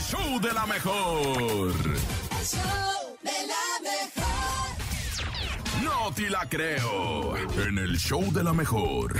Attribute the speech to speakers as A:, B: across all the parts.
A: show de la mejor.
B: El show de la mejor.
A: No te la creo. En el show de la mejor.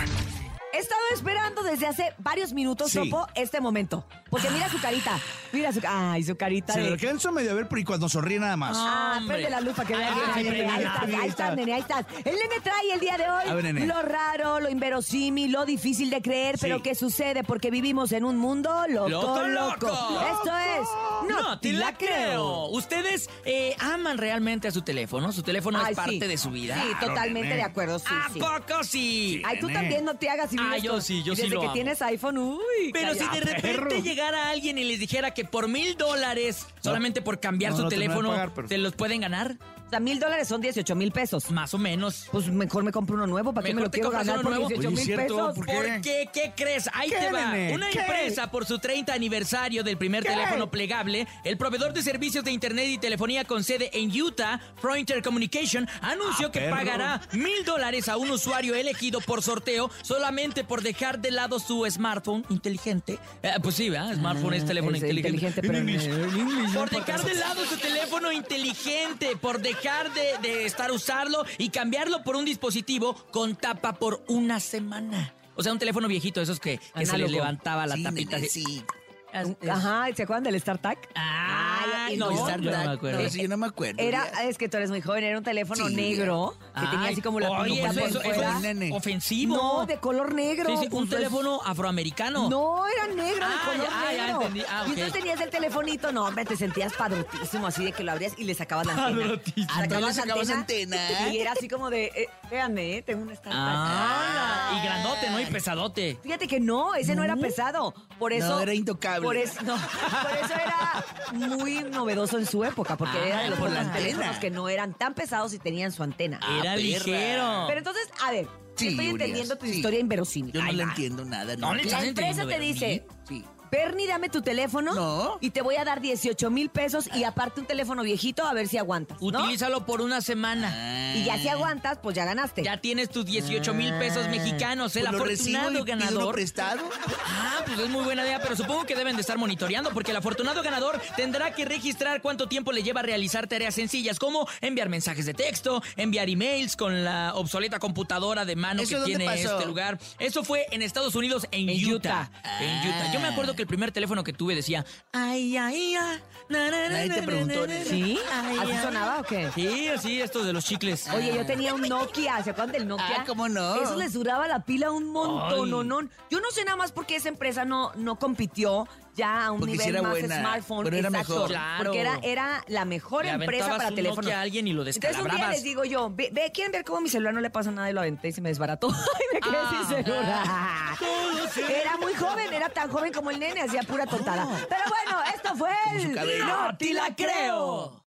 C: He estado esperando desde hace varios minutos,
D: Sí.
C: Topo, este momento. Porque mira su carita. Mira su, ay, su carita.
D: Se
C: de-
D: le alcanza medio a ver, pero y cuando sonríe nada más.
C: Ah, prende la lupa que vea bien.
D: Ay,
C: al nene.
D: prende
C: Ahí
D: la
C: estás,
D: lupa.
C: ahí estás, nene, ahí estás. El nene trae el día de hoy
D: A ver, nene.
C: lo raro, lo inverosímil, lo difícil de creer,
D: Sí.
C: pero que sucede porque vivimos en un mundo loco,
E: Loco,
C: loco.
E: loco.
C: Esto es.
E: No, te la creo. Ustedes eh, aman realmente a su teléfono. Su teléfono
C: Ay,
E: es parte
C: sí.
E: de su vida.
C: Sí, totalmente
D: nene.
C: de acuerdo, sí,
E: ¿A
C: sí.
E: poco sí?
C: Ay, tú
D: nene.
C: también no te hagas y
E: Ah,
C: vives
E: yo
C: con-
E: sí, yo
C: y
E: sí
C: Desde
E: lo
C: que
E: amo.
C: tienes iPhone, uy.
E: Pero si de
C: calla.
E: repente
D: perro.
E: llegara alguien y les dijera que por mil dólares, solamente por cambiar
D: no,
E: su
D: no te lo van a
E: teléfono,
D: pagar, pero-
E: ¿te los pueden ganar?
C: O sea, mil dólares son 18 mil pesos.
E: Más o menos.
C: Pues mejor me compro uno nuevo, ¿para qué me
E: Mejor
C: lo
E: te
C: quiero
E: compras
C: ganar
E: uno
C: por
E: nuevo.
C: 18
D: Oye,
C: mil
D: cierto,
C: pesos? Pues,
D: ¿por qué?
E: ¿Por qué? ¿Qué crees? Ahí
D: ¿Qué,
E: te va.
D: nene?
E: Una
D: ¿Qué?
E: empresa por su 30 aniversario del primer teléfono plegable, el proveedor de servicios de internet y telefonía con sede en Utah, Frontier Communication, anunció
D: Ah,
E: que
D: perro.
E: pagará mil dólares a un usuario elegido por sorteo solamente por dejar de lado su smartphone inteligente. Eh, pues sí, ¿verdad? Smartphone
D: Ah,
E: es teléfono
C: Es
E: inteligente.
C: pero en
E: Por dejar de lado su teléfono inteligente, por dejar de, de estar usarlo y cambiarlo por un dispositivo con tapa por una semana. O sea, un teléfono viejito, esos que, que se le
C: Análogo.
E: levantaba la tapita. así. As- es-
C: Ajá, Ah, ¿se acuerdan del StarTac?
E: Ay,
C: Ay,
E: no,
C: no,
E: Star, yo no me
C: no,
E: acuerdo.
C: no,
D: Sí, yo no me acuerdo.
C: Era, es que tú eres muy joven, era un teléfono negro que tenía
E: Ay,
C: así como la
E: oye,
C: punta
E: eso,
C: por
E: eso- eso
C: fuera.
E: es
D: Nene.
E: ofensivo.
C: No, de color negro.
E: Sí, sí,
C: pues,
E: un
C: es-
E: teléfono afroamericano.
C: No, era negro,
E: Ah,
C: de color
E: ya, ah, ya
C: negro.
E: entendí. Ah,
C: Y
E: ok.
C: entonces tenías el telefonito, no, hombre, te sentías padrotísimo, así de que lo abrías y le sacabas la antena.
E: Padrotísimo.
C: Sacabas
D: Ah, no le sacabas antena.
C: Y era así como de, eh, véanme, eh, tengo un StarTac.
E: Ah, y grandote, ¿no? Y pesadote.
C: Fíjate que no, ese no, era pesado. Por eso.
D: era intocable.
C: Por eso, no, por eso era muy novedoso en su época, porque
E: Ah,
C: era de los
E: por la
C: pocos
E: antena.
C: teléfonos que no eran tan pesados y tenían su antena.
E: Era
D: perra.
E: ligero.
C: Ah, Pero entonces, a ver,
D: Ah. Sí,
C: estoy
D: Urias,
C: entendiendo tu
D: sí.
C: historia inverosímil.
D: Yo no
E: Ahí
D: le
E: va.
D: entiendo nada.
E: No le
C: La
E: ¿Estás
C: empresa
E: entendiendo,
C: te
E: Veroni?
C: dice,
D: Sí.
C: Bernie, dame tu teléfono
D: No. Ah.
C: y te voy a dar 18 mil pesos y aparte un teléfono viejito a ver si aguantas. ¿no? Ah.
E: Utilízalo por una semana.
C: Y ya si aguantas, pues ya ganaste.
E: Ya tienes tus 18 mil
D: Ah,
E: pesos mexicanos.
D: Pues
E: El afortunado
D: ¿Lo
E: ganador.
D: prestado?
E: Ah, pues es muy buena idea, pero supongo que deben de estar monitoreando porque el afortunado ganador tendrá que registrar cuánto tiempo le lleva a realizar tareas sencillas como enviar mensajes de texto, enviar emails con la obsoleta computadora de mano
D: ¿Eso
E: que
D: dónde
E: tiene
D: pasó?
E: este lugar. Eso fue en Estados Unidos, en,
C: En
E: Utah.
C: Utah.
E: En Utah.
D: Ah.
E: Yo me acuerdo que el primer teléfono que tuve decía, ay, ay, ay. na, na, na,
D: Nadie te
E: na,
D: preguntó,
E: na, na, na".
C: ¿Sí?
E: Ay,
C: ¿Así
E: ay.
C: sonaba o qué?
E: Sí, así, esto de los chicles.
C: Oye, yo tenía un Nokia, ¿se acuerdan del Nokia?
D: Ah, ¿cómo no?
C: Eso les duraba la pila un montón, no,
E: Ay.
C: no. Yo no sé nada más por qué esa empresa no, no compitió ya a un
D: Porque sí
C: nivel
D: era
C: más
D: buena,
C: smartphone.
D: pero era
C: exacto,
D: mejor.
E: Claro.
C: Porque era, era la mejor
E: Le
C: empresa
E: aventabas
C: para
E: un
C: teléfono.
E: Nokia a alguien y lo
C: Entonces un día
E: descalabrabas.
C: les digo yo, ve, ve, ¿quieren ver cómo mi celular no le pasa nada? Y lo aventé y se me desbarató. y me quedé
E: Ah.
C: sin celular. Era muy joven, era tan joven como el nene, hacía pura tontada. Pero bueno, esto fue el...
D: cabello.
C: ¡No te la creo!